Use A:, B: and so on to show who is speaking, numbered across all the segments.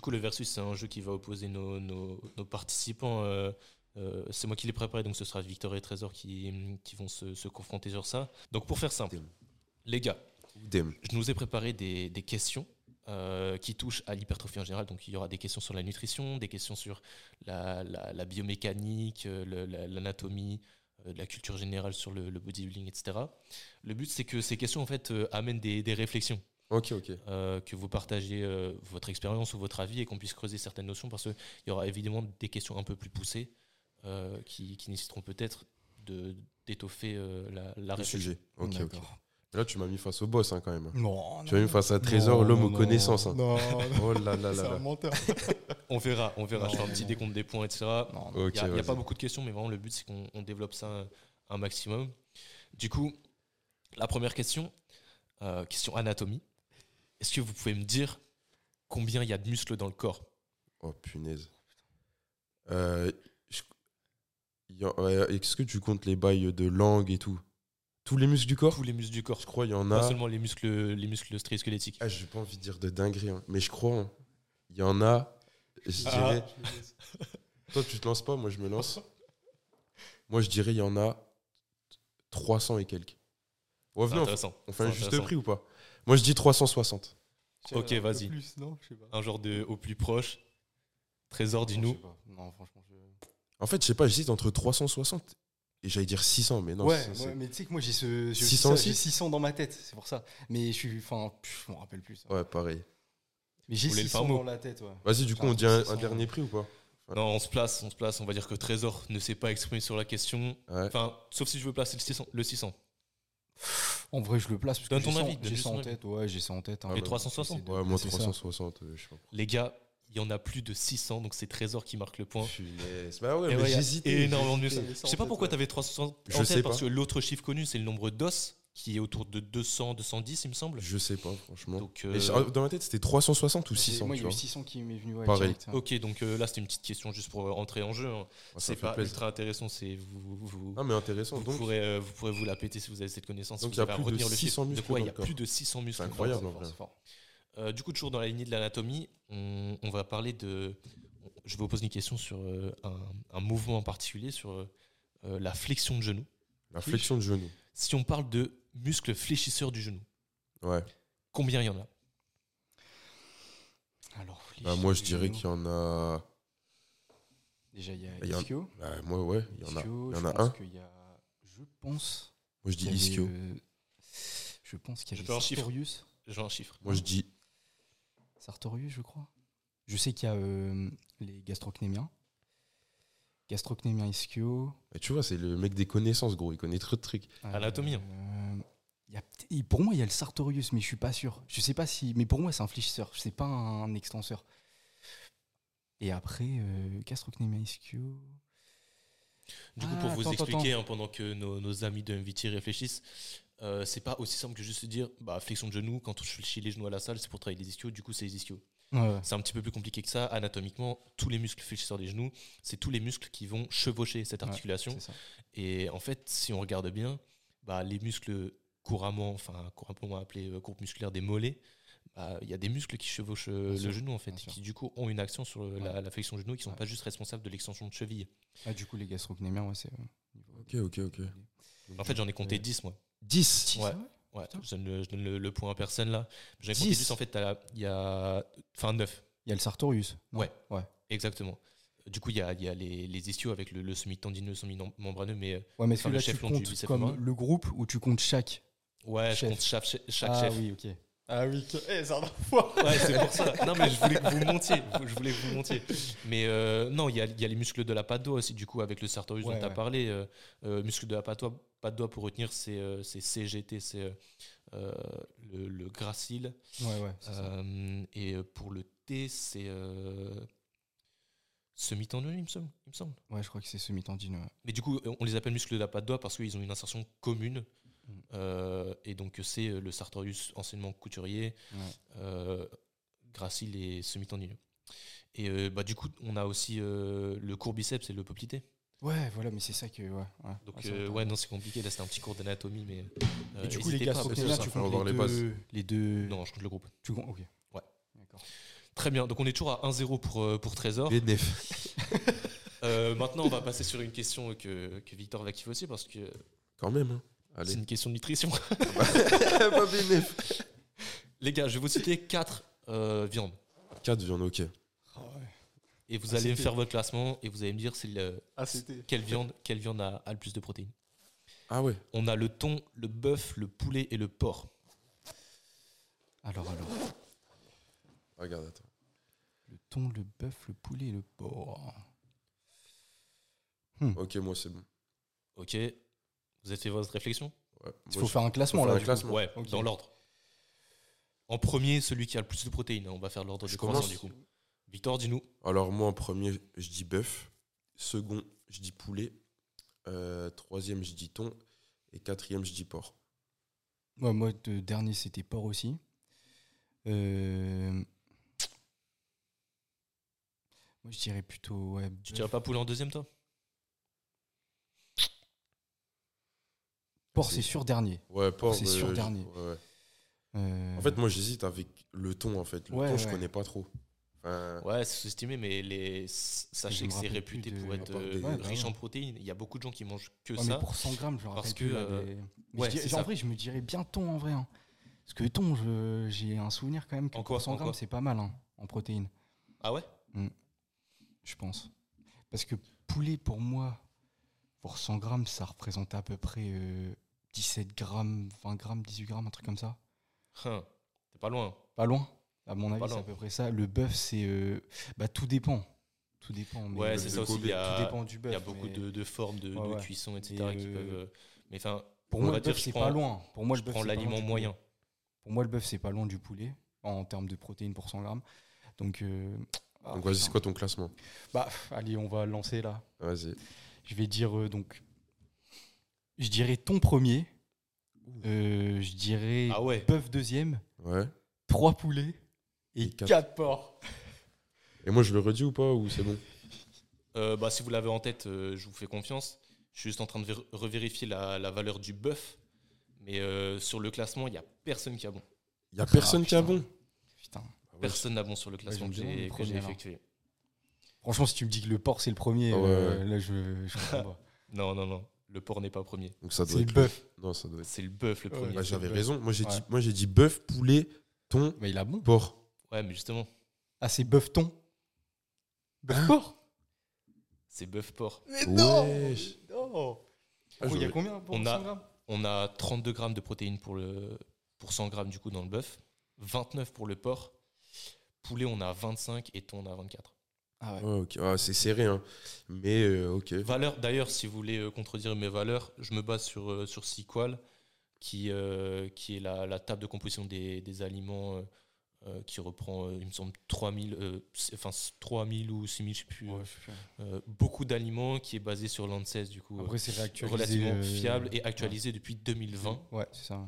A: coup, le versus, c'est un jeu qui va opposer nos, nos, nos participants. euh, euh, c'est moi qui l'ai préparé, donc ce sera Victor et Trésor qui, qui vont se, se confronter sur ça. Donc pour faire simple, les gars,
B: Dem.
A: je nous ai préparé des, des questions euh, qui touchent à l'hypertrophie en général. Donc il y aura des questions sur la nutrition, des questions sur la, la- la biomécanique, euh, le- la- l'anatomie, euh, la culture générale sur le, le bodybuilding, etc. Le but c'est que ces questions en fait euh, amènent des- des réflexions
B: Ok, ok.
A: euh, que vous partagez euh, votre expérience ou votre avis et qu'on puisse creuser certaines notions parce qu'il y aura évidemment des questions un peu plus poussées euh, qui, qui nécessiteront peut-être de- d'étoffer euh, la, la
B: Le
A: réflexion.
B: sujet. Ok, ok.
C: D'accord.
B: Mais Là, tu m'as mis face au boss hein, quand même.
C: Non,
B: Tu m'as mis
C: non.
B: face à Trésor,
C: Non,
B: l'homme
C: non,
B: aux
C: non.
B: connaissances. hein.
C: Non, non,
B: Oh là là là
C: c'est un
B: là.
C: menteur.
A: On verra, on verra.
C: Non,
A: je fais un
C: non,
A: petit
C: non.
A: décompte des points, etc.
C: Non, non.
A: Il
B: Bah, Ok,
A: n'y a, il y a
B: vas-y.
A: pas beaucoup de questions, mais vraiment le but c'est qu'on on développe ça un, un maximum. Du coup, la première question, euh, question anatomie. Est-ce que vous pouvez me dire combien il y a de muscles dans le corps
B: Oh punaise. Euh, je- il y a- ouais, euh, Est-ce que tu comptes les bails de langue et tout Tous les muscles du corps
A: Tous les muscles du corps,
B: Je crois il y en
A: pas
B: a.
A: seulement les muscles, les muscles squelettiques.
B: Ah, j'ai pas envie de dire de dinguerie, hein, mais je crois. hein. Il y en a. Je dirais. Toi, tu te lances pas, moi je me lance. moi, je dirais il y en a 300 et quelques. Ouais,
A: C'est
B: venez, on fait-
A: intéressant.
B: on fait un
A: C'est
B: juste
A: intéressant.
B: prix ou pas Moi, je dis 360.
C: Je sais
A: Ok,
C: pas, un peu
A: vas-y.
C: Plus, non, je sais pas.
A: Un genre de au plus proche. Trésor,
C: Non,
A: dis-nous.
C: je sais pas. Non, franchement, je.
B: En fait, je sais pas, j'hésite entre 360 et j'allais dire 600, mais non.
C: ouais,
B: c'est- c'est-
C: ouais, mais tu sais que moi j'ai ce j'ai
B: 600
C: ça, j'ai
B: aussi
C: 600 dans ma tête, c'est pour ça. Mais je suis enfin pff, je m'en rappelle plus. ça.
B: ouais, pareil.
C: Mais j'ai
A: Vous voulez le
C: 600
A: faire,
C: dans
A: moi
C: la tête, ouais.
B: Vas-y, du coup,
C: Enfin,
B: on dit un,
C: 600.
B: un dernier prix ou pas
A: Non, on se place, on se place. On va dire que Trésor ne s'est pas exprimé sur la question.
B: Ouais.
A: Enfin, sauf si je veux placer le 600. Le 600.
C: En vrai, je le place parce que
A: Donne
C: j'ai
A: ton
C: ça-
A: avis, donne
C: j'ai
A: juste
C: ça
A: ton
C: en
A: avis.
C: tête, ouais, j'ai ça en tête. hein.
B: Ah
A: Les
B: bah,
A: 360
C: c'est de-
B: Ouais, moi
C: c'est ça.
B: 360, euh, je sais pas.
A: Les gars, il y en a plus de 600, donc c'est Trésor qui marque le point.
B: Punaise. Bah ouais,
A: Et
B: mais
A: ouais, il y a
B: j'hésitais.
A: énormément de
B: j'hésitais. euh,
A: muscles. Je sais pas pourquoi tu avais 360 en
B: Je
A: tête,
B: sais
A: parce
B: pas.
A: que l'autre chiffre connu, c'est le nombre d'os, qui est autour de 200, 210, il me semble.
B: Je sais pas, franchement.
A: Donc,
B: Mais
A: euh,
B: j'ai- Dans ma tête, c'était 360 ou
C: J'ai-
B: 600,
C: Moi,
B: tu
C: il y a
B: vois.
C: eu 600 qui m'est venu, ouais,
B: Pareil.
C: direct, hein.
A: ok, donc euh, là, c'était une petite question juste pour euh, entrer en jeu. hein.
B: Ah, ça
A: c'est
B: fait
A: pas
B: plaisir.
A: ultra intéressant, c'est vous- vous,
B: Non, mais intéressant.
A: Vous,
B: Donc,
A: pourrez, euh, vous pourrez vous la péter si vous avez cette connaissance.
B: Donc,
A: vous
B: il y a
A: arrivez à
B: plus de
A: retenir le chiffre.
B: 600
A: De
B: muscles
A: quoi, il
B: dans
A: y a
B: le corps.
A: plus de 600 muscles.
B: c'est
A: dans le
B: incroyable en
A: corps.
B: vrai.
A: Euh, du coup, toujours dans la lignée de l'anatomie, on, on va parler de. Je vous pose une question sur euh, un, un mouvement en particulier, sur euh, la flexion de genou.
B: La flexion de genou.
A: Si on parle de muscle fléchisseur du genou,
B: Ouais.
A: combien il y en a
C: Alors,
B: Bah,
C: les
B: moi, je
C: chiffres,
B: dirais qu'il y en a.
C: Déjà, il y a
B: Il y en-
C: Ischio.
B: Bah, moi, ouais, il y en a,
C: Ischio,
B: il y en
C: je
B: a
C: pense
B: un.
C: qu'il y a- Je pense.
B: Moi, je dis
C: qu'il y avait,
B: ischio.
C: euh, Je pense qu'il y
A: Je
C: avait
A: peux avoir un chiffre.
C: Sartorius.
A: J'ai un chiffre.
B: Moi, je dis.
C: Sartorius, je crois. Je sais qu'il y a euh, les gastrocnémiens. Gastrocnémien ischio.
B: Et tu vois, c'est le mec des connaissances, gros. Il connaît trop de trucs.
A: Anatomie, hein.
C: Euh, il y a peut-être- et pour moi, il y a le Sartorius, mais je suis pas sûr. Je sais pas si. Mais pour moi, c'est un fléchisseur. C'est pas un extenseur. Et après, euh, gastrocnémien ischio.
A: Du coup,
C: Ah,
A: pour vous
C: attends,
A: expliquer, hein, pendant que nos, nos amis de MVT réfléchissent, euh, c'est pas aussi simple que juste se dire bah, flexion de genou, quand je fléchis les genoux à la salle, c'est pour travailler les ischios, du coup, c'est les ischios.
C: Ouais, ouais.
A: C'est un petit peu plus compliqué que ça. Anatomiquement, tous les muscles fléchisseurs des genoux, c'est tous les muscles qui vont chevaucher cette
C: Ouais,
A: articulation.
C: c'est ça.
A: et en fait, si on regarde bien, bah, les muscles couramment, enfin couramment appelés euh, groupes musculaires des mollets, bah, il y a des muscles qui chevauchent euh,
C: Bien sûr,
A: le genou en fait,
C: bien sûr.
A: qui du coup ont une action sur euh, la, la flexion du genou, qui sont
C: Ouais.
A: pas juste responsables de l'extension de cheville.
C: Ah, du coup, les gastrocnémiens, ouais, c'est. euh, niveau-
B: Ok, ok, ok.
A: En fait, j'en ai compté
C: Euh,
A: 10 moi.
B: 10.
C: Si,
A: Ouais.
C: ça, ouais.
A: Ouais,
C: Putain.
A: je donne, le, je donne le- le point à personne là. J'en ai compté
B: 10.
A: 10 en fait, t'as la- il y a. Enfin 9.
C: Il y a le Sartorius. non
A: Ouais.
C: Ouais.
A: Exactement. Du coup, il y a, il y a les, les ischios avec le, le semi-tendineux, semi-membraneux, mais euh,
C: Ouais, mais
A: Enfin, le
C: celui-là, tu
A: chef-long du
C: comptes
A: biceps
C: comme
A: commun.
C: le groupe où tu comptes chaque.
A: ouais, je
C: Chef.
A: compte chaque, chaque
C: ah,
A: chef.
C: oui, ok. Ah oui, que- eh, ça fois.
A: Ouais, c'est pour ça. Non, mais je voulais que vous montiez. Je voulais que vous montiez. Mais euh, non, il y a, il y a les muscles de la patte d'oie aussi, du coup, avec le sartorius
C: Ouais,
A: dont tu as
C: ouais.
A: parlé. euh, euh, muscles de la patte d'oie, patte d'oie, pour retenir, c'est euh, c'est CGT, c'est euh, euh, le, le gracile.
C: Ouais, ouais. c'est ça.
A: Euh, et euh, pour le T, c'est euh, semi-tendineux, il me semble. Il me semble.
C: Ouais, je crois que c'est semi-tendineux. ouais.
A: Mais du coup, euh, on les appelle muscles de la patte d'oie parce qu'ils ont une insertion commune.
C: Mm.
A: Euh, et donc, c'est euh, le sartorius anciennement couturier,
C: Ouais.
A: euh, gracile et semi-tendineux. Et euh, bah, du coup, on a aussi euh, le courbiceps et le poplité.
C: Ouais, voilà, mais c'est ça que. Ouais, ouais.
A: Donc,
C: Ah, ça,
A: euh,
C: ouais.
A: ouais, non, c'est compliqué. Là, c'était un petit cours d'anatomie, mais. euh,
C: Et du coup, les
A: hésitez pas à
C: gastrocnémiens,
B: ça,
A: poser
C: tu
B: faut
C: comptes
B: avoir
C: les,
B: les
C: deux, les deux.
A: Non, je compte le groupe.
C: Tu comptes, ok.
A: Ouais.
C: D'accord.
A: Très bien, donc on est toujours à 1-0 pour, euh, pour Trésor.
B: BNF.
A: Euh, maintenant, on va passer sur une question que, que Victor va kiffer aussi parce que
B: Quand même. hein.
A: c'est
B: Allez.
A: une question de nutrition.
B: Pas BNF.
A: Les gars, je vais vous citer 4 viandes.
B: 4 viandes, ok.
A: Et vous
D: Ah,
A: allez me
D: c'était-
A: faire votre classement et vous allez me dire c'est le-
D: Ah, c'était.
A: quelle viande, quelle viande a, a le plus de protéines.
B: Ah ouais.
A: On a le thon, le bœuf, le poulet et le porc.
C: Alors, alors,
B: Regarde, attends.
C: le thon, le bœuf, le poulet et le porc.
B: Ok, moi c'est bon.
A: Ok Vous avez fait votre réflexion
B: Ouais.
C: Il
B: Moi,
C: faut
B: je-
C: faire un classement
B: faire
C: là.
B: un
C: du
B: classement.
A: Ouais,
C: Ok.
A: dans l'ordre. En premier, celui qui a le plus de protéines. hein. On va faire l'ordre
B: Je
A: de
B: commence.
A: croissance du coup. Victor, dis-nous.
B: Alors moi en premier, je dis bœuf. Second, je dis poulet. Euh, troisième, je dis thon. Et quatrième, je dis porc.
C: Ouais, moi, le dernier, c'était porc aussi. Euh, Moi, je dirais plutôt. Ouais,
A: Tu dirais pas poulet en deuxième, toi
C: porc, c'est sûr, dernier.
B: Ouais, porc.
C: Oh, C'est sûr,
B: je-
C: dernier.
B: ouais, ouais.
C: Euh,
B: En fait, moi j'hésite avec le thon en fait. Le
C: Ouais,
B: thon, je
C: ouais.
B: connais pas trop. Enfin,
A: Ouais, c'est sous-estimé, mais les... sachez
C: me
A: que c'est
C: rappelle
A: réputé
C: plus de-
A: pour être
B: Ouais,
A: euh,
C: bah
A: riche
C: ouais.
A: en protéines. Il y a beaucoup de gens qui mangent que
C: ouais, mais
A: ça.
C: pour 100 grammes, je me
A: parce
C: rappelle
A: que,
C: plus, là,
A: euh,
C: mais- mais je
A: ouais,
C: dirais-
A: c'est
C: En
A: ça.
C: vrai, je me dirais bien thon en vrai. hein. Parce que thon, je- j'ai un souvenir quand même que
A: En quoi,
C: pour 100
A: en quoi
C: grammes, c'est pas mal hein, en protéines,
A: Ah ouais
C: je pense. Parce que poulet, pour moi, pour 100 grammes, ça représente à peu près euh, 17 grammes, 20 grammes, 18 grammes, un truc comme ça.
A: Hein, T'es pas loin.
C: Pas loin. À mon avis, c'est
A: loin.
C: à peu près ça. Le bœuf, c'est. euh, bah, tout dépend. Tout dépend. mais
A: Ouais,
C: le-
A: c'est
B: de
A: ça aussi.
B: Kobe,
A: Il y
C: Tout
A: a,
C: dépend du
A: il
C: bœuf.
A: y a beaucoup
C: mais
A: de, de formes de,
C: Ouais,
A: de
C: ouais.
A: cuisson, etc.
C: Mais,
A: qui
C: euh,
A: peuvent, euh, Mais enfin,
C: Pour
A: on
C: moi,
A: va
C: le
A: dire,
C: bœuf,
A: je
C: c'est
A: prends-
C: pas loin. Pour moi,
A: je
C: le bœuf,
A: prends
C: c'est pas loin
A: l'aliment
C: du poulet.
A: moyen.
C: Pour moi, le bœuf, c'est pas loin du poulet en termes de protéines pour 100 grammes. Donc. euh, ah,
B: donc vas-y,
C: putain.
B: c'est quoi ton classement
C: Bah, allez, on va lancer là.
B: Vas-y.
C: Je vais dire euh, donc. Je dirais ton premier. Euh, je dirais
A: Ah ouais
C: bœuf deuxième.
B: Ouais.
C: Trois poulets. Et
B: Et quatre-
C: 4 porcs.
B: Et moi je le redis ou pas Ou c'est bon
A: Euh, bah, Si vous l'avez en tête, euh, je vous fais confiance. Je suis juste en train de ver- revérifier la, la valeur du bœuf. Mais euh, sur le classement, il n'y a personne qui a bon.
B: Il a personne qui a
C: Ah, putain.
B: bon.
C: Putain.
B: Ah ouais,
A: Personne n'a bon sur le classement
C: me
A: que
C: demande le
A: j'ai- que j'ai
C: premier, alors.
A: effectué.
C: Franchement, si tu me dis que le porc c'est le premier,
B: Ah ouais,
C: euh,
B: ouais.
C: là je, je comprends pas.
A: Non, non, non. Le porc n'est pas premier.
B: Donc ça doit
C: C'est le
B: être.
C: bœuf.
B: Non, ça doit être.
A: C'est le bœuf le
C: Ouais.
A: premier.
B: Bah,
C: c'est
B: J'avais
C: le bœuf.
B: raison. Moi j'ai
C: Ouais.
B: dit, moi j'ai dit bœuf, poulet, thon,
C: Mais il a bon.
B: porc.
A: Ouais, mais justement,
C: Ah, c'est Buffeton. Buffeton
A: c'est bœuf-porc.
C: Mais
B: Wesh.
C: Non Oh, Il y
B: Ah,
C: a
B: j'aurais-
C: combien pour
A: On a-
C: 100 grammes
A: On a 32 grammes de protéines pour, le, pour 100 grammes du coup dans le bœuf, 29 pour le porc, poulet on a 25 et thon on a 24.
C: Ah ouais.
B: Ouais, ok. Ah, c'est serré, hein. mais euh, ok.
A: Valeur, d'ailleurs, si vous voulez euh, contredire mes valeurs, je me base sur, euh, sur SQL, qui, euh, qui est la, la table de composition des, des aliments euh, euh, qui reprend, euh, il me semble, 3000, euh, c- enfin, 3000 ou 6000, je sais plus,
C: Ouais, je sais pas.
A: euh, beaucoup d'aliments qui est basé sur l'ANSES du coup.
C: Après, c'est
A: euh,
C: réactualisé.
A: relativement
C: euh,
A: fiable et actualisé depuis 2020.
C: Ouais, c'est ça. ouais.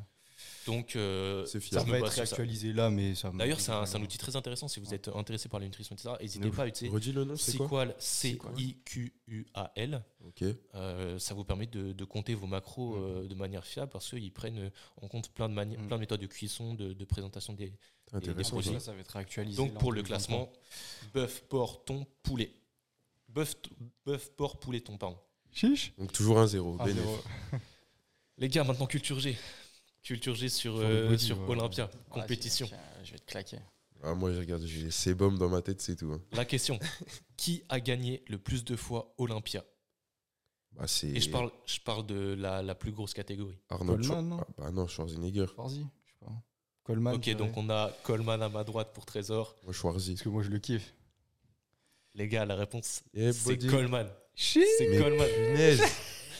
A: Donc, euh,
B: C'est
A: je
C: Ça
B: fiable.
A: me
C: va être
A: base sur ça.
C: réactualisé là, mais ça. me-
A: D'ailleurs, c'est un, c'est un outil très intéressant si vous êtes intéressé par la nutrition, etc. N'hésitez
B: Nope.
A: pas à utiliser E
B: Redis le nom, c'est quoi
A: SQL,
B: quoi
A: C-I-Q-U-A-L.
B: Ok.
A: Euh, ça vous permet de, de compter vos macros
C: Mhm.
A: euh, de manière fiable parce qu'ils prennent euh, en compte plein de, mani-
C: Mm.
A: plein de méthodes de cuisson, de, de présentation des.
B: Intéressant.
A: des
C: Ça,
B: ça.
A: produits.
C: ça va être réactualisé.
A: Donc,
C: là, en
A: pour le
C: 2023.
A: classement, bœuf, porc, thon, poulet. Bœuf, t- bœuf, porc, poulet, thon, pardon.
C: Chiche
B: Donc toujours 1-0.
C: Ah,
B: bénéf.
C: zéro.
A: Les gars, maintenant culture G. Culture G sur,
C: Sur le
A: euh,
C: body,
A: sur
C: ouais.
A: Olympia,
C: Ah,
A: compétition.
C: tiens, tiens, Je vais te claquer.
B: Ah, moi, je regarde, j'ai les sébomes dans ma tête, c'est tout. hein.
A: La question qui a gagné le plus de fois Olympia
B: Bah, c'est
A: Et je parle, je parle de la, la plus grosse catégorie.
B: Arnold Schwar-
C: Coleman, non
B: ah, bah non, Schwarzenegger.
C: Forzy, je sais pas. Coleman. je
A: ok,
C: dirais.
A: donc on a Coleman à ma droite pour Trésor.
B: Moi, Schwarzy.
C: Parce que moi, je le kiffe.
A: Les gars, la réponse,
B: Eh,
A: c'est
B: body.
A: Coleman.
C: Chiche
A: C'est Coleman.
B: Punaise.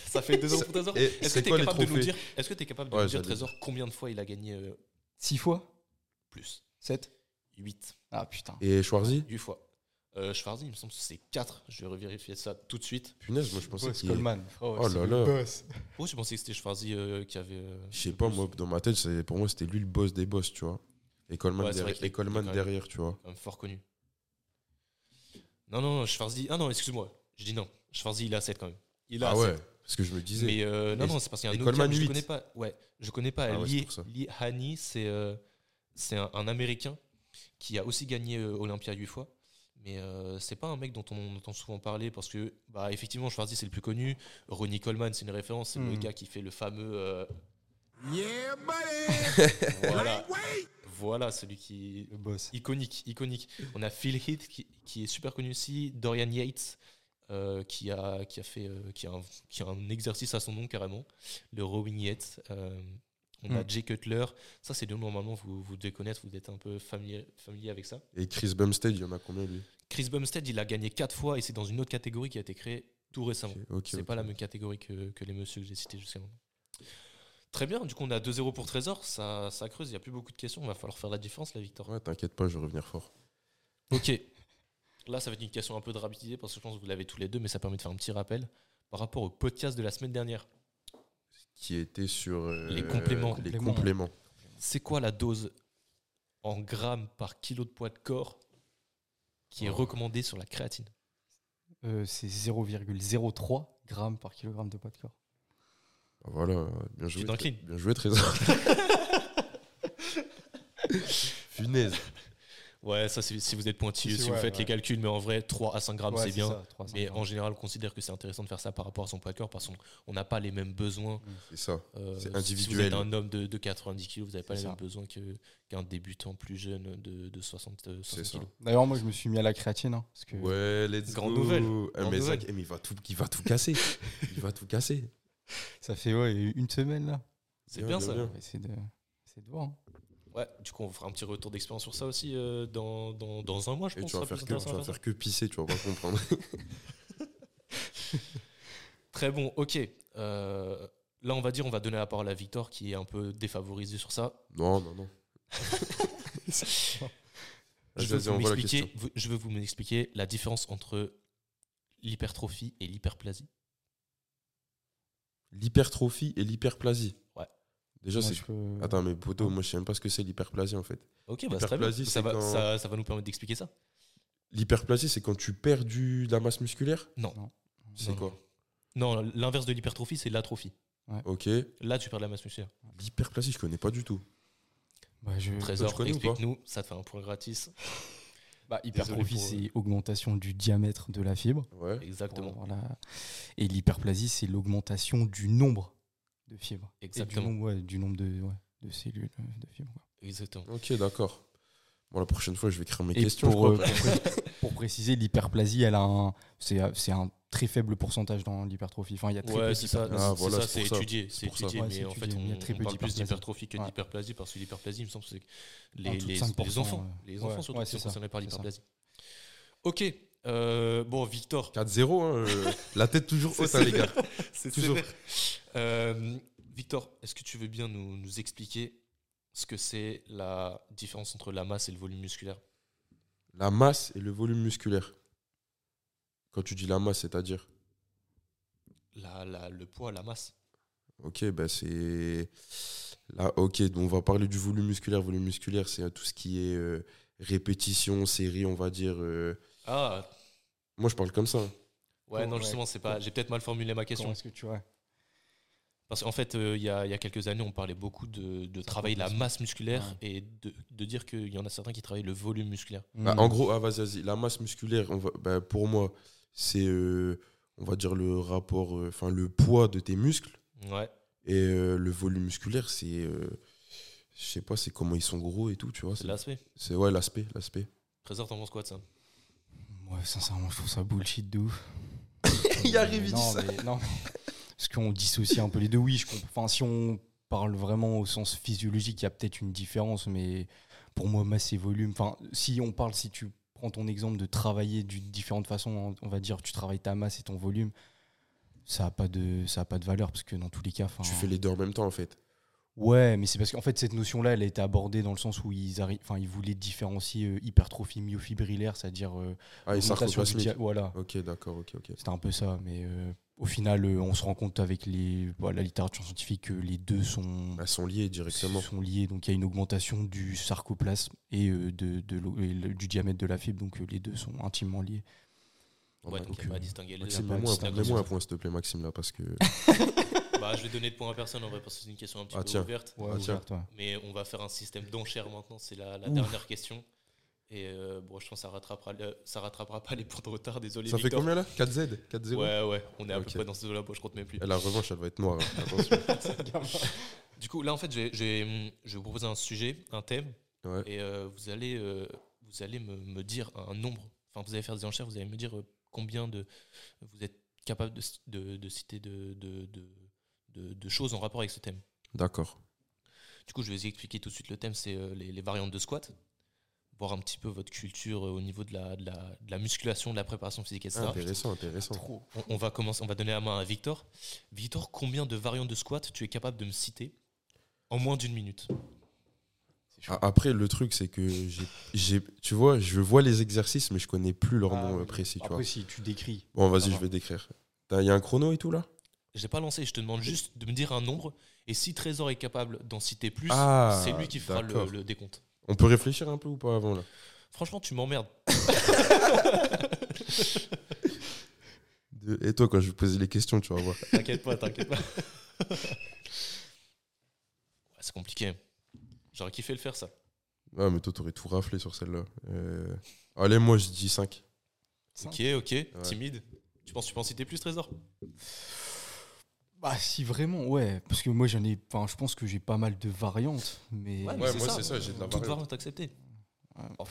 A: Ça fait deux ans pour Trésor.
B: Eh,
A: Est-ce que
B: c'est
A: tu
B: quoi les
A: capable de nous
B: trophées
A: dire, est-ce que t'es capable de
B: Ouais,
A: nous dire
B: j'allais dire.
A: Trésor combien de fois il a gagné euh,
C: 6 fois
A: plus
C: 7
A: 8.
C: Ah putain.
B: Et Schwarzy
A: 8 fois. Euh, Schwarzy, il me semble que c'est 4. Je vais revérifier ça tout de suite.
B: Punaise, moi, je pensais
C: Boss,
B: qu'il y a-
C: Coleman.
B: Oh là là.
A: Oh, je pensais que c'était Schwarzy euh, qui avait. euh,
B: Je sais
A: le
B: pas,
A: plus.
B: moi, dans ma tête, c'est- pour moi, c'était lui le boss des boss, tu vois. Et Coleman,
A: Ouais, c'est vrai
B: derrière,
A: qu'il est-
B: et
A: quand
B: Coleman
A: même-
B: derrière, tu vois.
A: quand même fort connu. Non, non, non, Schwarzy. Ah non, excuse-moi. Je dis non. Schwarzy, il a 7 quand même. Il a
B: Ah
A: sept.
B: ouais, parce que je me disais.
A: Mais euh, non,
B: Et-
A: non, c'est parce qu'il y a
B: et
A: un autre
B: Coleman
A: terme, je
B: huit.
A: connais pas. Ouais, je connais pas.
B: Ah ouais, c'est
A: Lee,
B: pour ça.
A: Lee Hani, c'est euh, c'est un, un Américain qui a aussi gagné euh, Olympia 8 fois. Mais euh, c'est pas un mec dont on entend souvent parler parce que, bah, effectivement, Schwarzy, c'est le plus connu. Ronnie Coleman, c'est une référence. C'est le
B: Hmm.
C: Mm.
A: gars qui fait le fameux. euh,
D: Yeah, buddy.
A: voilà. voilà, celui qui.
C: Le boss.
A: Iconique, iconique. On a Phil Heath qui, qui est super connu aussi. Dorian Yates. euh, qui, a, qui, a fait, euh, qui, a un, qui a un exercice à son nom carrément, le Rowing Yates. Euh, on a
B: Hmm.
C: Mm.
A: Jay Cutler. Ça, c'est deux noms, normalement, vous, vous devez connaître, vous êtes un peu familier, familier avec ça.
B: Et Chris Bumstead, il y en a combien lui
A: Chris Bumstead, il a gagné quatre fois et c'est dans une autre catégorie qui a été créée tout récemment.
B: Ok, ok,
A: Ah c'est
B: ok.
A: pas la même catégorie que, que les messieurs que j'ai cités jusqu'à maintenant. Très bien, du coup on a 2-0 pour Trésor, ça, ça creuse, il n'y a plus beaucoup de questions, il va falloir faire la différence la Victor.
B: Ouais, t'inquiète pas, je vais revenir fort.
A: Ok, là ça va être une question un peu de rapidité parce que je pense que vous l'avez tous les deux, mais ça permet de faire un petit rappel par rapport au podcast de la semaine dernière.
B: Qui était sur. euh,
A: Les compléments.
B: Les
C: Compléments.
B: compléments.
A: C'est quoi la dose en grammes par kilo de poids de corps qui est
B: Oh.
A: recommandée sur la créatine
C: Euh, c'est 0,03 grammes par kilogramme de poids de corps.
B: Ah, Voilà, bien joué.
A: dans le
B: Tré-
A: clean.
B: Bien joué, Trésor. Funaise.
A: Ouais, ça c'est- si vous êtes pointilleux,
E: Si,
A: si,
E: si,
A: vous
E: ouais,
A: faites les
E: ouais.
A: calculs, Ah, mais en vrai 3 à 5 grammes
E: Ouais,
A: c'est bien.
E: ça.
A: Mais en général, on considère que c'est intéressant de faire ça par rapport à son poids de corps parce qu'on on n'a pas les mêmes besoins.
B: C'est ça.
A: euh,
B: C'est
A: Si vous
B: individuel.
A: êtes un homme de, de 90 kg, vous n'avez pas les
C: C'est
A: mêmes
C: ça.
A: besoins que- qu'un débutant plus jeune de, de 60, euh,
B: C'est
A: 60 kg.
B: ça.
C: D'ailleurs, moi, je me suis mis à la créatine. hein, parce que
B: Ouais, let's
A: Grande
B: go.
A: nouvelle.
B: Ah,
A: Grande
B: mais, ça-
A: nouvelle.
B: eh, mais il va tout, il va tout casser. il va tout casser.
C: ça fait ouais, une semaine, là.
A: C'est bien,
B: Bien, bien,
A: ça.
B: bien.
C: On va essayer de, essayer de voir. hein.
A: Ouais, du coup, on fera un petit retour d'expérience sur ça aussi euh, dans, dans, dans un mois, je
B: Et
A: pense.
B: Eh, tu vas,
A: ça sera
B: faire
A: plus
B: que, tu
A: intéressant
B: vas
A: à faire
B: faire que pisser, tu vas pas comprendre.
A: ça. Très bon, ok. Euh, là, on va dire, on va donner la parole à Victor qui est un peu défavorisé sur ça.
B: non, non, non.
A: Je
B: Vas-y,
A: veux,
B: vas-y,
A: vous
B: envoie la
A: m'expliquer-
B: question.
A: vous- je veux vous m'expliquer la différence entre l'hypertrophie et l'hyperplasie.
B: L'hypertrophie et l'hyperplasie.
A: Ouais.
B: Déjà,
C: Moi,
B: c'est.
C: je peux-
B: Attends, mais poteau, moi je sais même pas ce que c'est l'hyperplasie en fait.
A: Ok, bah, c'est très bien.
B: L'hyperplasie,
A: Ça
B: c'est
A: va,
B: quand-
A: ça, ça va nous permettre d'expliquer ça.
B: L'hyperplasie, c'est quand tu perds du, de la masse musculaire
C: Non.
B: C'est
A: Non,
B: quoi
A: Non, l'inverse de l'hypertrophie, c'est l'atrophie.
B: Ok.
A: Là, tu perds de la masse musculaire.
B: L'hyperplasie, je connais pas du tout.
C: Bah, je...
A: Trésor,
B: tu connais ou pas
A: explique-nous. Ça te fait un point gratis.
C: bah,
E: Désolé
C: hypertrophie,
E: pour, euh,
C: c'est augmentation du diamètre de la fibre.
B: Ouais.
C: pour
A: Exactement.
C: avoir la- Et l'hyperplasie, c'est l'augmentation du nombre de fibres. Et
A: Exactement.
C: Du nombre, ouais, du nombre de, ouais, de cellules, euh, de fibres. quoi.
A: Exactement.
B: Ok, d'accord. Bon, la prochaine fois, je vais écrire mes
C: Et
B: questions.
C: pour,
B: je crois.
C: euh, pour pré- pour préciser, l'hyperplasie, elle a un, c'est, euh, c'est un très faible pourcentage dans l'hypertrophie. Enfin, il y a très peu
A: Ouais, c'est ça.
B: d'hyperplasie. Ah,
A: c'est
B: voilà,
A: ça,
B: c'est
A: c'est
B: pour ça.
A: étudié.
B: C'est
A: C'est
B: pour ça.
A: étudié,
C: Ouais,
A: mais
C: c'est
A: en fait,
C: étudié.
A: on,
C: Il y a très
A: on
C: peu
A: parle plus
C: d'hyperplasie.
A: d'hypertrophie que
C: Ouais.
A: d'hyperplasie parce que l'hyperplasie, il me semble, c'est que les,
C: En
A: les,
C: dessous de
A: les
C: 5%,
A: enfants,
C: ouais.
A: les enfants
C: Ouais,
A: sont
C: ouais, c'est ça,
A: concernés par
C: c'est ça.
A: l'hyperplasie. Ok. euh, bon, Victor,
B: 4-0, hein, euh, la tête toujours
A: C'est
B: haute, hein, les gars.
A: sévère. c'est
B: Toujours.
A: sévère. Euh, Victor, est-ce que tu veux bien nous, nous expliquer ce que c'est la différence entre la masse et le volume musculaire
B: La masse et le volume musculaire. Quand tu dis la masse, c'est-à-dire
A: la, la- Le poids, la masse
B: Ok, bah c'est. Là, ok, donc on va parler du volume musculaire. Volume musculaire, c'est euh, tout ce qui est euh, répétition, série, on va dire. euh,
A: Ah,
B: Moi, je parle comme ça. hein.
A: ouais,
C: Comment-
A: non, justement, c'est pas. J'ai peut-être mal formulé
C: Comment
A: ma question.
C: est-ce que tu vois
A: Parce qu'en fait, euh, il y, a, il y a quelques années, on parlait beaucoup de, de travailler la masse musculaire et de, de dire qu'il y en a certains qui travaillent le volume musculaire.
B: Bah,
C: Mm.
B: en gros, ah, vas-y, vas-y, la masse musculaire, on va, bah, pour moi, c'est, euh, on va dire, le rapport, euh, enfin, le poids de tes muscles.
A: Ouais.
B: Et euh, le volume musculaire, c'est. euh, je sais pas, c'est comment ils sont gros et tout, tu vois.
A: C'est
B: C'est,
A: l'aspect.
B: c'est- ouais, l'aspect, l'aspect.
A: Trésor, t'en penses quoi de ça
C: Ouais, sincèrement, je trouve ça bullshit de ouf.
B: Il arrive,
C: Mais
B: il dit
C: non,
B: ça.
C: mais- non, mais- parce qu'on dissocie un peu les deux. Oui, je comprends. Enfin, si on parle vraiment au sens physiologique, il y a peut-être une différence, mais pour moi, masse et volume. Enfin, si on parle, si tu prends ton exemple de travailler d'une différente façon, hein, on va dire tu travailles ta masse et ton volume, ça n'a pas, de- ça a pas de valeur, parce que dans tous les cas. enfin,
B: Tu fais les deux en même temps, en fait.
C: Ouais, mais c'est parce qu'en fait, cette notion-là, elle a été abordée dans le sens où ils, arri- enfin, ils voulaient différencier euh, hypertrophie myofibrillaire, c'est-à-dire. euh,
B: Ah, et
C: augmentation du
B: sarcoplasmique.
C: dia- Voilà.
B: Ok, d'accord, ok, ok.
C: C'était un peu ça, mais euh, au final, euh, on se rend compte avec les, bah, la littérature scientifique que les deux sont,
B: Elles sont liées directement.
C: sont liés. Donc il y a une augmentation du sarcoplasme et euh, de, de l'o- et le- du diamètre de la fibre, donc euh, les deux sont intimement liés.
A: Ouais, donc, il
B: donc,
A: y a
B: euh,
A: pas à distinguer les
B: Maxime,
C: pas
A: deux.
B: mets-moi un
C: distinction.
B: point- mets-moi un point, s'il te plaît, Maxime, là, parce que.
A: Bah, je vais donner de points à personne en vrai, parce que c'est une question un petit
B: Ah,
A: peu
B: tiens.
A: ouverte.
B: Ah, tiens.
C: ouverte, ouais.
A: Mais on va faire un système d'enchères maintenant. C'est la, la
C: Ouf.
A: dernière question. Et euh, bon, je pense que ça rattrapera, le- ça rattrapera pas les points de retard, désolé.
B: Ça fait
A: Victor.
B: combien là 4Z 4-0
A: Ouais, ouais, on est à
B: Ok.
A: peu près dans ce là je compte même plus.
B: La revanche, elle va être noire. hein. Attention.
A: Du coup, là, en fait, je vais, je vais, hum, je vais vous proposer un sujet, un thème,
B: Ouais.
A: et euh, vous allez, euh, vous allez me, me dire un nombre. Enfin, vous allez faire des enchères, vous allez me dire euh, combien de. Vous êtes capable de, de- de citer de, de, de, de- de choses en rapport avec ce thème.
B: D'accord.
A: Du coup, je vais vous expliquer tout de suite le thème c'est euh, les, les variantes de squat. Voir un petit peu votre culture euh, au niveau de la, de, la, de la musculation, de la préparation physique, etc.
B: Intéressant, intéressant.
A: On, on va commencer, on va donner la main à Victor. Victor, combien de variantes de squat tu es capable de me citer en moins d'une minute
B: A- Après, le truc, c'est que j'ai- j'ai, tu vois, je vois les exercices, mais je connais plus leur
C: Ah,
B: nom
C: oui.
B: euh, précis. Tu vois.
C: Après, si tu décris.
B: Bon,
C: ça
B: vas-y, je
C: va.
B: vais décrire. Il y a un chrono et tout là
A: J'ai pas lancé, je te demande juste de me dire un nombre. Et si Trésor est capable d'en citer plus,
B: Ah,
A: c'est lui qui fera le,
B: d'accord.
A: le décompte.
B: On peut réfléchir un peu ou pas avant là
A: Franchement, tu m'emmerdes.
B: De- Et toi, quand je vais poser les questions, tu vas voir.
A: T'inquiète pas, t'inquiète pas. Ouais, c'est compliqué. J'aurais kiffé le faire, ça.
B: Ah, mais toi, t'aurais tout raflé sur celle-là. Euh, Allez, moi, je dis 5.
A: Ok, ok, timide. Tu penses que tu peux en citer plus, Trésor
C: Bah, si vraiment, ouais. Parce que moi, j'en ai. Enfin, je pense que j'ai pas mal de variantes. Mais. euh,
A: Ouais, mais
B: Ouais,
A: c'est
B: moi,
A: ça.
B: c'est ça, j'ai de la
A: Toutes
B: variante.
A: variantes acceptées.
C: Ouais.
A: Oh,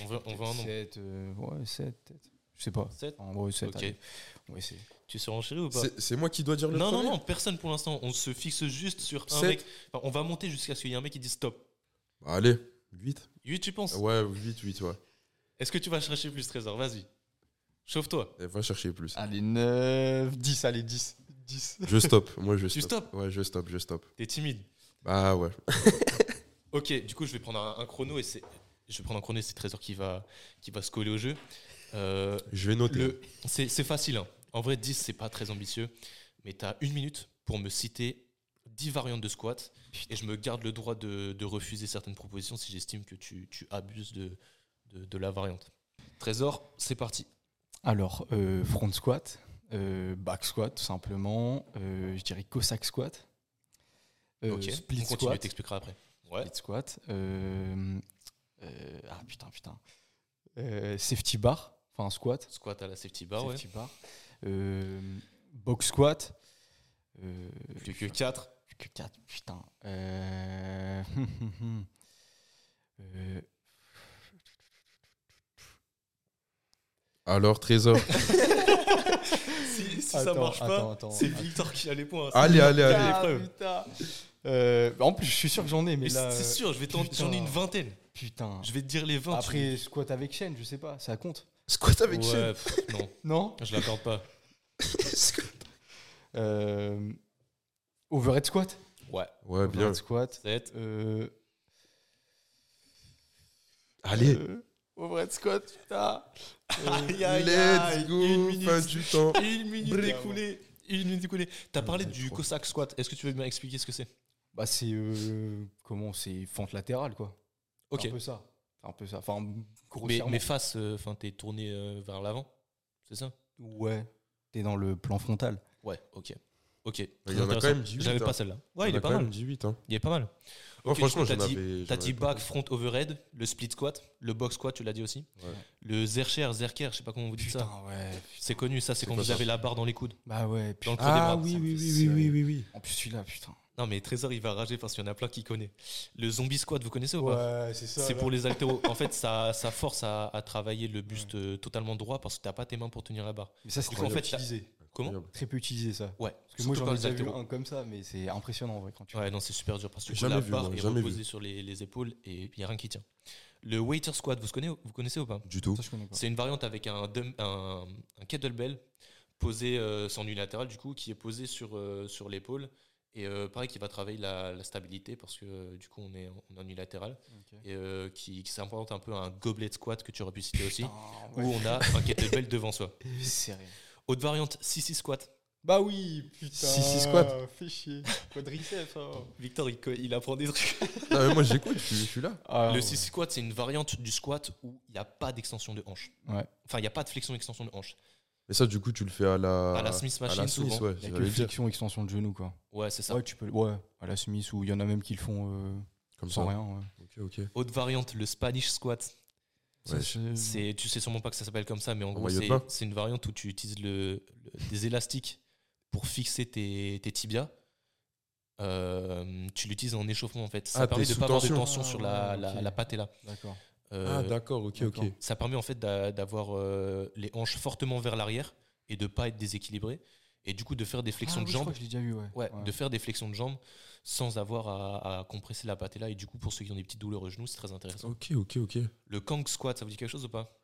A: On veut, on veut un nombre.
C: 7, euh, ouais, 7, peut-être. Je sais pas.
A: Sept
C: En gros, 7.
A: Ok.
C: On va essayer.
A: Tu surenchéris ou pas
B: C'est c'est moi qui dois dire le
A: Bah. Non, non,
B: premier
A: non, personne pour l'instant. On se fixe juste sur un
B: Sept.
A: mec. Enfin, on va monter jusqu'à ce qu'il y ait un mec qui dise stop.
B: Bah, allez, 8.
A: 8, tu penses
B: Ouais, 8, 8, ouais.
A: Est-ce que tu vas chercher plus, Trésor Vas-y. Chauffe-toi.
B: Et Eh, va chercher plus.
A: Ah.
C: Allez, 9, 10, allez, 10. 10.
B: Je stoppe, moi, je
A: Tu
B: stoppe.
A: stoppes
B: Ouais, je stoppe, je stoppe.
A: T'es timide.
B: Bah, ouais.
A: Ok, du coup, je vais prendre un, un chrono et c'est. Je vais prendre un chrono et c'est Trésor qui va, qui va se coller au jeu. Euh,
B: Je vais noter.
A: le- c'est c'est facile. hein. En vrai, 10, c'est pas très ambitieux. Mais t'as une minute pour me citer 10 variantes de squat. Et je me garde le droit de, de refuser certaines propositions si j'estime que tu, tu abuses de, de, de la variante. Trésor, c'est parti.
C: Alors, euh, front squat, euh, back squat, tout simplement. euh, je dirais cossack squat. euh,
A: ok,
C: Split
A: on continue,
C: squat.
A: t'expliqueras après. Ouais.
C: Split squat. euh, euh, ah, putain, putain. euh, safety bar, enfin, un squat.
A: Squat à la safety bar,
C: safety bar. euh, box squat. euh,
A: ouais. Plus que 4.
C: plus que 4, putain. Euh, euh,
B: Alors, Trésor.
A: Si, si ça
C: Attends,
A: marche
C: attends,
A: pas,
C: attends,
A: c'est
C: attends.
A: Victor qui a les points. hein.
B: allez, allez, allez.
C: Ah, putain. Euh, en plus, je suis sûr que j'en ai, mais,
A: Mais
C: là.
A: c'est
C: euh,
A: sûr, je vais t'en-
C: putain.
A: j'en ai une vingtaine.
C: Putain.
A: Je vais te dire les 20. tu-
C: Après, squat avec chaîne, je sais pas, ça compte.
B: Squat avec
A: ouais,
B: chaîne.
A: pff, non,
C: Non
A: je l'accorde pas.
C: euh, Overhead squat
A: Ouais.
B: Ouais, Ah, bien.
C: Overhead squat.
A: 7.
C: Euh,
B: Allez,
C: euh, overhead squat,
A: Ah,
C: putain. Euh,
A: Aïe, aïe, aïe,
B: let's go.
A: Une
B: Fin
A: minute, Ah,
B: du temps.
A: une minute
B: Bravo.
A: écoulée. Une minute écoulée. T'as parlé
B: Ouais,
A: du
B: trop.
A: Cossack squat. Est-ce que tu veux bien expliquer ce que c'est
C: Bah, c'est. euh, comment C'est fente latérale, quoi.
A: Ok.
C: C'est Un peu ça. C'est Un peu ça. Enfin,
A: Mais,
C: grossièrement.
A: mais face, enfin, t'es tourné euh, vers l'avant. C'est ça
C: Ouais. T'es dans le plan frontal.
A: Ouais, ok. Ok.
B: Il y en a
A: Intéressant.
B: quand même 18,
A: J'avais
B: hein.
A: pas celle-là. Ouais, il
B: On
A: est
B: a
A: pas
B: quand
A: mal.
B: même 18, hein.
A: Il est pas mal.
B: Ouais,
A: Ok,
B: franchement,
A: du coup,
B: j'en
A: t'as dit-
B: avais.
A: T'as
B: j'en
A: dit
B: avais pas
A: back, front, overhead, le split squat, le box squat, tu l'as dit aussi.
B: Ouais.
A: Le zercher, zerker, je sais pas comment vous dites ça.
C: Putain, ouais.
A: C'est connu, ça, c'est quand
B: quoi
A: vous
B: ça
A: avez la barre dans les coudes.
C: Bah, ouais.
A: Dans
C: Putain.
A: le creux des bras.
C: oui, oui, oui, oui, oui, En plus, celui-là, putain.
A: Non, mais Trésor, il va rager parce qu'il y en a plein qui connaît. Le zombie squat, vous connaissez ou pas
C: Ouais, Oh. c'est ça.
A: C'est pour les haltéros. En fait, ça, ça force à, à travailler le buste euh, totalement droit parce que t'as pas tes mains pour tenir la barre.
C: Mais ça, c'est
A: Du coup, en
C: très peu
A: fait, t'as-
C: utilisé.
A: Comment
B: Incroyable.
C: Très peu utilisé, ça.
A: Ouais.
C: Parce que moi,
A: Surtout
C: j'en ai
A: quand les
C: déjà vu
A: haltéros.
C: un comme ça, mais c'est impressionnant, en vrai, quand tu
A: Ouais, non, c'est super dur parce que du coup,
B: Jamais
A: la
B: vu,
A: barre
B: moi,
A: est
B: jamais
A: reposée
B: vu.
A: sur les, les épaules et il y a rien qui tient. Le waiter squat, vous connaissez, vous connaissez ou pas
B: Du tout.
C: Ça, je connais pas.
A: C'est une variante avec un, dumb- un, un kettlebell posé euh, sans unilatéral, du coup, qui est posé sur, euh, sur l'épaule. Et euh, pareil, qui va travailler la, la stabilité parce que euh, du coup, on est, en- on est en unilatéral.
C: Ok.
A: Et euh, qui, qui s'apparente un peu à un gobelet de squat que tu aurais pu citer aussi,
C: Putain,
A: où
C: ouais.
A: on a un kettlebell devant soi.
C: Serré.
A: Autre variante, 6-6 squat.
C: Bah oui, putain.
B: Si, si, squat.
C: Fais chier. Quadriceps. hein.
A: Victor, il, co- il apprend des trucs.
B: Non, Ah, mais moi, j'écoute, je suis- je suis là.
C: Ah,
A: Le
C: ouais.
A: 6 squat, c'est une variante du squat où il n'y a pas d'extension de hanche.
C: Ouais.
A: Enfin, il n'y a pas de flexion-extension de hanche.
B: Mais ça, du coup, tu le fais à la.
A: à la Smith
B: Ah, à
A: Machine,
B: la Smith,
A: souvent.
B: ouais,
C: Il y a
B: j'allais
C: que
B: le dire.
C: flexion, extension de genou, quoi.
A: Ouais, c'est ça.
C: Ouais, tu peux. Ouais, à la Smith, ou il y en a même qui le font euh,
B: Comme ça.
C: sans rien. ouais.
B: Ok, ok.
A: Autre variante, le Spanish squat.
C: Ça,
B: Ouais,
C: c'est-
A: C'est, tu sais sûrement pas que ça s'appelle comme ça, mais en gros,
B: maillot de
A: c'est,
B: bain
A: c'est une variante où tu utilises le, le- des élastiques pour fixer tes, tes tibias. Euh, tu l'utilises en échauffement en fait. Ça
B: Ah,
A: permet
B: t'es
A: de
B: sous
A: pas avoir de
B: tension.
A: tension sur la,
C: Ah,
A: la,
C: ok.
A: la patella.
C: D'accord.
A: Euh,
B: Ah, d'accord, ok, ok.
C: d'accord.
A: ça permet en fait d'a- d'avoir euh, les hanches fortement vers l'arrière et de pas être déséquilibré et du coup de faire des flexions
C: Ah
A: de
C: oui, je crois
A: jambes.
C: que Je l'ai déjà vu, ouais.
A: Ouais,
C: Ouais.
A: de faire des flexions de jambes sans avoir à, à compresser la patella. Et du coup, pour ceux qui ont des petites douleurs au genou, c'est très intéressant.
B: Ok, ok, ok.
A: Le Kang squat, ça vous dit quelque chose ou pas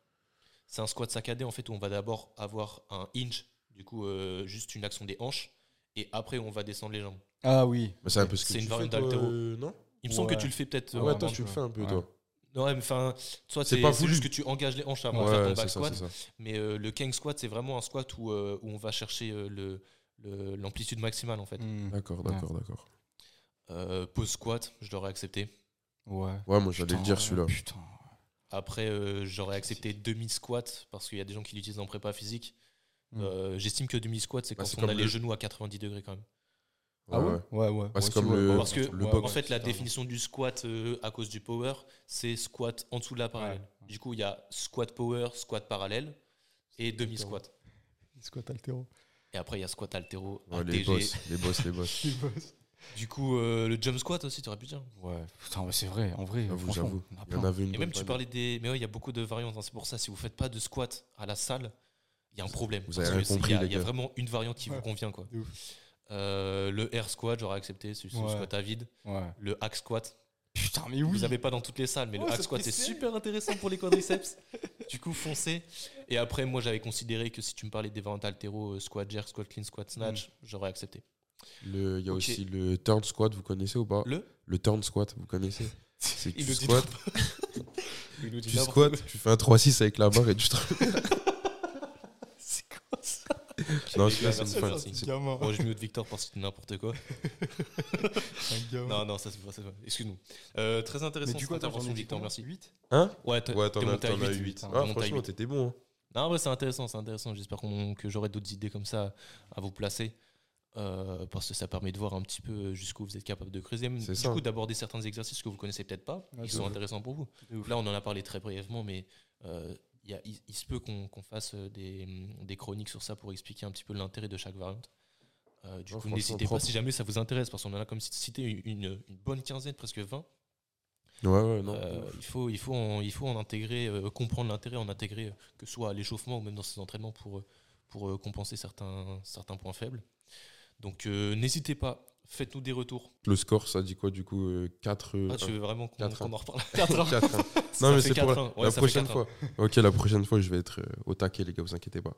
A: C'est un squat saccadé en fait où on va d'abord avoir un hinge, du coup euh, juste une action des hanches, et après on va descendre les jambes.
C: Ah oui.
B: Bah, c'est un peu ce que
A: C'est
B: tu
A: une
B: fais,
A: variante
B: toi,
A: d'haltéro.
B: euh, non
A: Il me semble
C: Ouais.
A: que tu le fais peut-être. euh,
B: Ouais,
A: en
B: toi,
A: même
B: tu le
A: temps.
B: fais un peu,
C: Ouais.
B: toi.
A: Non, ouais, mais enfin, soit
B: C'est
A: c'est
B: pas
A: c'est
B: voulu.
A: juste que tu engages les hanches avant de faire
B: Ouais,
A: ton
B: c'est
A: back
B: ça,
A: squat.
B: c'est ça.
A: Mais euh, le Kang squat, c'est vraiment un squat où, euh, où on va chercher euh, le- le- l'amplitude maximale en
B: Mm.
A: fait.
C: Hmm.
B: D'accord, d'accord, d'accord.
A: Euh, pause squat, je l'aurais accepté.
C: Ouais.
B: Ouais, moi, j'allais le
C: Putain,
B: dire, celui-là.
C: Putain.
A: Après, euh, j'aurais accepté demi-squat parce qu'il y a des gens qui l'utilisent en prépa physique.
C: Mm.
A: Euh, J'estime que demi-squat, c'est
B: Bah,
A: quand
B: c'est
A: on
B: comme
A: a
B: le-
A: les genoux à 90 degrés quand même.
C: Ah ouais
B: Ouais, ouais.
C: Ouais, ouais.
B: Parce
C: Ouais,
B: comme
C: si, ouais,
B: le-
C: ouais,
A: Parce que,
B: le
C: ouais,
B: box.
A: en
C: ouais,
A: fait,
C: putain,
A: la
C: ouais.
A: définition du squat euh, à cause du power, c'est squat en dessous de la parallèle.
C: Ouais.
A: Du coup, il y a squat power, squat parallèle et demi-squat.
C: Squat altéro.
A: Et après, il y a squat altéro,
B: Ouais, les
A: ATG.
B: boss, les boss, les boss.
A: Du coup, euh, le jump squat aussi, tu aurais pu dire.
C: Ouais, putain, ouais, c'est vrai. En vrai,
B: J'avoue,
C: franchement,
B: j'avoue.
C: on a
B: Il y en
C: plein.
B: avait
A: Ah,
B: une
A: Et
B: bonne
A: même, tu
B: panier.
A: parlais des. Mais ouais, il y a beaucoup de variantes. hein. C'est pour ça, si vous faites pas de squat à la salle, il y a un problème.
B: Vous
A: Parce
B: avez rien
A: que c'est-
B: compris,
A: Il y a-
B: les
A: il y, a
B: gars.
A: vraiment une variante qui vous
C: Ouais,
A: convient. quoi.
C: de
A: Euh, le air squat, j'aurais accepté. C'est c'est le
C: Ouais.
A: squat à vide.
C: Ouais.
A: Le hack squat.
C: Putain, mais
A: Vous
C: oui.
A: n'avez pas dans toutes les salles, mais
C: Ouais,
A: le
C: ça
A: hack squat,
C: fait
A: c'est
C: serrer.
A: super intéressant pour les quadriceps. du coup, foncez. Et après, moi, j'avais considéré que si tu me parlais des variantes altéro, euh, squat jerk, squat clean, squat
B: Mm.
A: snatch, j'aurais accepté.
B: Le- Il y a
A: Ok.
B: aussi le turn squat, vous connaissez ou pas
A: Le
B: Le turn squat, vous connaissez C'est que
A: Il
B: tu
A: le dit
B: squats,
A: Il nous dit
B: tu
A: n'importe
B: squats, tu fais un 3-6 avec la barre et tu te
A: quoi. C'est quoi ça
B: Non,
A: Les
B: celui-là,
A: gars,
B: c'est une
A: ça,
B: fin.
A: ça,
B: C'est-
C: Gamin.
A: Bon, je mets Victor parce que c'est n'importe quoi.
C: Un gamin.
A: Non, non, ça c'est pas ça. c'est pas- Excuse-nous. Euh, très
C: Mais
A: intéressant
C: du
A: cette
C: coup, attends,
A: intervention,
C: j'en ai dit
A: Victor,
C: combien
A: merci.
C: 8
B: Hein
A: Ouais, t'es
B: Ouais,
A: t'es
B: t'en as,
A: monté à
B: t'en as
A: 8.
B: 8.
C: T'es
B: Ah,
A: monté à
B: franchement,
A: huit.
B: t'étais bon. hein.
A: Non, ouais, c'est intéressant, c'est intéressant. J'espère qu'on- que j'aurai d'autres idées comme ça à vous placer. euh, parce que ça permet de voir un petit peu jusqu'où vous êtes capable de creuser. Du
B: C'est ça.
A: coup, d'aborder certains exercices que vous connaissez peut-être pas,
C: Ah, de
A: qui sont
C: ouf.
A: intéressants pour vous.
C: De ouf.
A: Là, on en a parlé très brièvement, mais euh, il y a- il il se peut qu'on qu'on fasse euh, des, des chroniques sur ça pour expliquer un petit peu l'intérêt de chaque variante. Euh, du
B: Ouais,
A: coup,
B: franchement,
A: n'hésitez pas
B: propre.
A: si jamais ça vous intéresse, parce qu'on en a comme cité une, une bonne quinzaine, presque 20.
B: Ouais, ouais, non.
A: Euh, il, faut, il, faut en, il faut en intégrer, euh, comprendre l'intérêt, en intégrer, euh, que ce soit à l'échauffement ou même dans ses entraînements pour, euh, pour euh, compenser certains, certains points faibles. Donc euh, n'hésitez pas, faites-nous des retours.
B: Le score, ça dit quoi du coup euh, 4
A: Ah, tu veux vraiment qu'on
B: Quatre,
A: qu'on
B: hein.
A: en reparle 4
B: Non, mais c'est pour la, la prochaine fois. Ok, la prochaine fois, je vais être euh, au taquet, les gars, vous inquiétez pas.